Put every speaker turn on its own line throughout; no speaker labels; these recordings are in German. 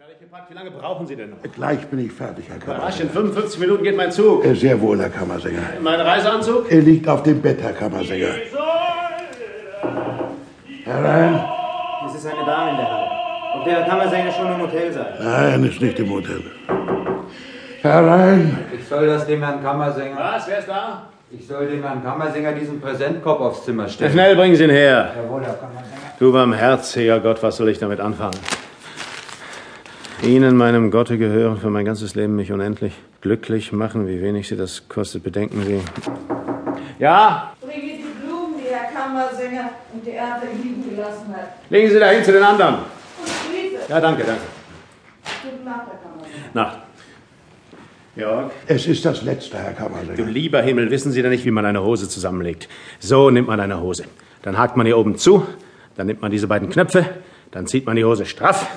Herr Pack, wie lange brauchen Sie denn noch?
Gleich bin ich fertig, Herr
Rasch,
Kammersänger.
in 55 Minuten geht mein Zug.
Äh, Sehr wohl, Herr Kammersänger.
Mein Reiseanzug?
Er liegt auf dem Bett, Herr Kammersänger. Herein?
Es ist eine Dame in der Halle. Ob der Kammersänger schon im Hotel sei?
Nein, ist nicht im Hotel. Herein?
Ich soll das dem Herrn Kammersänger,
Was, wer ist da?
ich soll dem Herrn Kammersänger diesen Präsentkorb aufs Zimmer stellen.
Schnell bringen Sie ihn her.
Jawohl, Herr Kammersänger.
Du barmherziger Gott, was soll ich damit anfangen? Ihnen, meinem Gotte, gehören für mein ganzes Leben mich unendlich glücklich machen, wie wenig Sie das kostet, bedenken Sie. Ja,
Bringe die Blumen, die Herr Kammersänger und die Ernte liegen gelassen hat.
legen Sie dahin zu den anderen.
Und Briefe.
Ja, danke, danke.
Guten Nacht, Herr Kammersänger.
Nacht. Jörg?
Es ist das Letzte, Herr
Du
Kammersänger.
lieber Himmel, wissen Sie denn nicht, wie man eine Hose zusammenlegt? So nimmt man eine Hose. Dann hakt man hier oben zu, dann nimmt man diese beiden Knöpfe, dann zieht man die Hose straff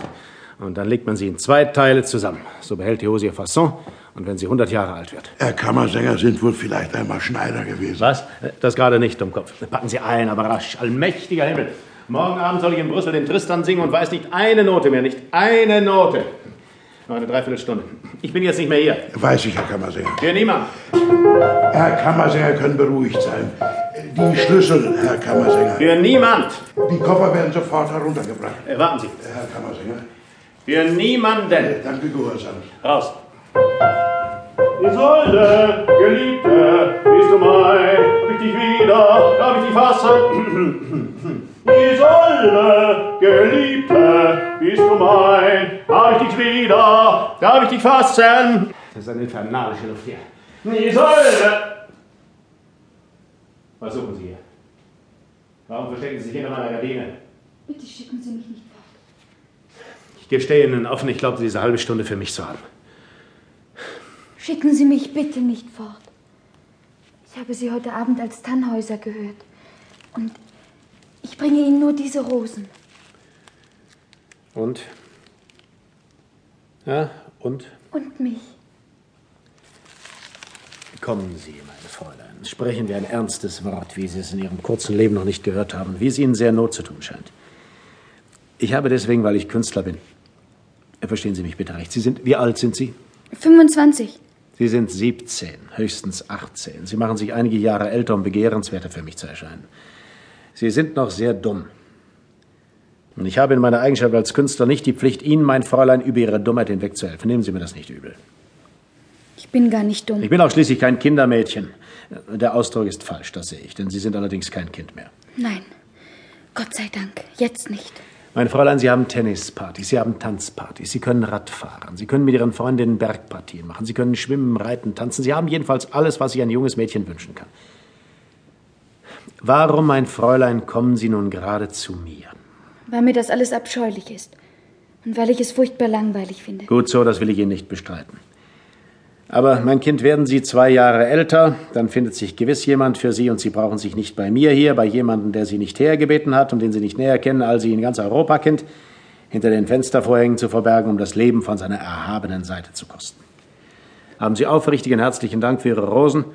und dann legt man sie in zwei Teile zusammen. So behält die Hose ihr Fasson und wenn sie 100 Jahre alt wird.
Herr Kammersänger sind wohl vielleicht einmal Schneider gewesen.
Was? Das gerade nicht, Dummkopf. Packen Sie ein, aber rasch. Allmächtiger Himmel. Morgen Abend soll ich in Brüssel den Tristan singen und weiß nicht eine Note mehr, nicht eine Note. Noch eine Dreiviertelstunde. Ich bin jetzt nicht mehr hier.
Weiß ich, Herr Kammersänger.
Für niemand.
Herr Kammersänger können beruhigt sein. Die Schlüssel, Herr Kammersänger.
Für niemand.
Die Koffer werden sofort heruntergebracht.
Äh, warten Sie.
Herr Kammersänger,
Für niemanden.
danke gehorsam.
Raus. Isolde, Geliebte, bist du mein? Hab ich dich wieder? Darf ich dich fassen? Isolde, Geliebte, bist du mein? Hab ich dich wieder? Darf ich dich fassen? Das ist eine infernalische Luft hier. Isolde! Was suchen Sie hier? Warum verstecken Sie sich hinter meiner Gardine?
Bitte schicken Sie mich nicht fort.
Ich gestehe Ihnen offen, ich glaubte, diese halbe Stunde für mich zu haben.
Schicken Sie mich bitte nicht fort. Ich habe Sie heute Abend als Tannhäuser gehört. Und ich bringe Ihnen nur diese Rosen.
Und? Ja, und?
Und mich.
Kommen Sie, meine Fräulein. Sprechen wir ein ernstes Wort, wie Sie es in Ihrem kurzen Leben noch nicht gehört haben, wie es Ihnen sehr Not zu tun scheint. Ich habe deswegen, weil ich Künstler bin. Verstehen Sie mich bitte recht. Sie sind, wie alt sind Sie?
25.
Sie sind 17, höchstens 18. Sie machen sich einige Jahre älter, um begehrenswerter für mich zu erscheinen. Sie sind noch sehr dumm. Und ich habe in meiner Eigenschaft als Künstler nicht die Pflicht, Ihnen, mein Fräulein, über Ihre Dummheit hinwegzuhelfen. Nehmen Sie mir das nicht übel.
Ich bin gar nicht dumm.
Ich bin auch schließlich kein Kindermädchen. Der Ausdruck ist falsch, das sehe ich, denn Sie sind allerdings kein Kind mehr.
Nein. Gott sei Dank. Jetzt nicht.
Mein Fräulein, Sie haben Tennispartys, Sie haben Tanzpartys, Sie können Radfahren, Sie können mit Ihren Freundinnen Bergpartien machen, Sie können schwimmen, reiten, tanzen, Sie haben jedenfalls alles, was sich ein junges Mädchen wünschen kann. Warum, mein Fräulein, kommen Sie nun gerade zu mir?
Weil mir das alles abscheulich ist. Und weil ich es furchtbar langweilig finde.
Gut so, das will ich Ihnen nicht bestreiten. Aber, mein Kind, werden Sie zwei Jahre älter, dann findet sich gewiss jemand für Sie und Sie brauchen sich nicht bei mir hier, bei jemandem, der Sie nicht hergebeten hat und den Sie nicht näher kennen, als Sie in ganz Europa kennt, hinter den Fenstervorhängen zu verbergen, um das Leben von seiner erhabenen Seite zu kosten. Haben Sie aufrichtigen herzlichen Dank für Ihre Rosen.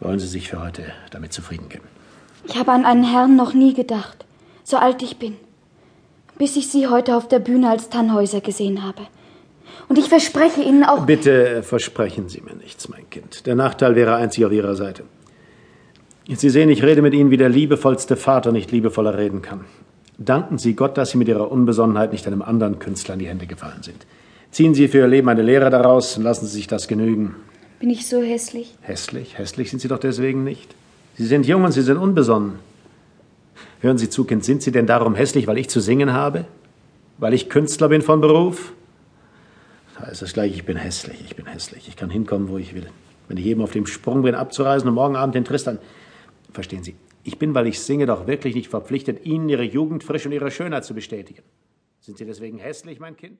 Wollen Sie sich für heute damit zufrieden geben?
Ich habe an einen Herrn noch nie gedacht, so alt ich bin. Bis ich Sie heute auf der Bühne als Tannhäuser gesehen habe. Und ich verspreche Ihnen auch.
Bitte äh, versprechen Sie mir nichts, mein Kind. Der Nachteil wäre einzig auf Ihrer Seite. Sie sehen, ich rede mit Ihnen, wie der liebevollste Vater nicht liebevoller reden kann. Danken Sie Gott, dass Sie mit Ihrer Unbesonnenheit nicht einem anderen Künstler in die Hände gefallen sind. Ziehen Sie für Ihr Leben eine Lehre daraus und lassen Sie sich das genügen.
Bin ich so hässlich?
Hässlich, hässlich sind Sie doch deswegen nicht. Sie sind jung und Sie sind unbesonnen. Hören Sie zu, Kind, sind Sie denn darum hässlich, weil ich zu singen habe? Weil ich Künstler bin von Beruf? Da ist es gleich, ich bin hässlich, ich bin hässlich. Ich kann hinkommen, wo ich will. Wenn ich eben auf dem Sprung bin, abzureisen und morgen Abend den Tristan. Verstehen Sie, ich bin, weil ich singe, doch wirklich nicht verpflichtet, Ihnen Ihre Jugend frisch und Ihre Schönheit zu bestätigen. Sind Sie deswegen hässlich, mein Kind?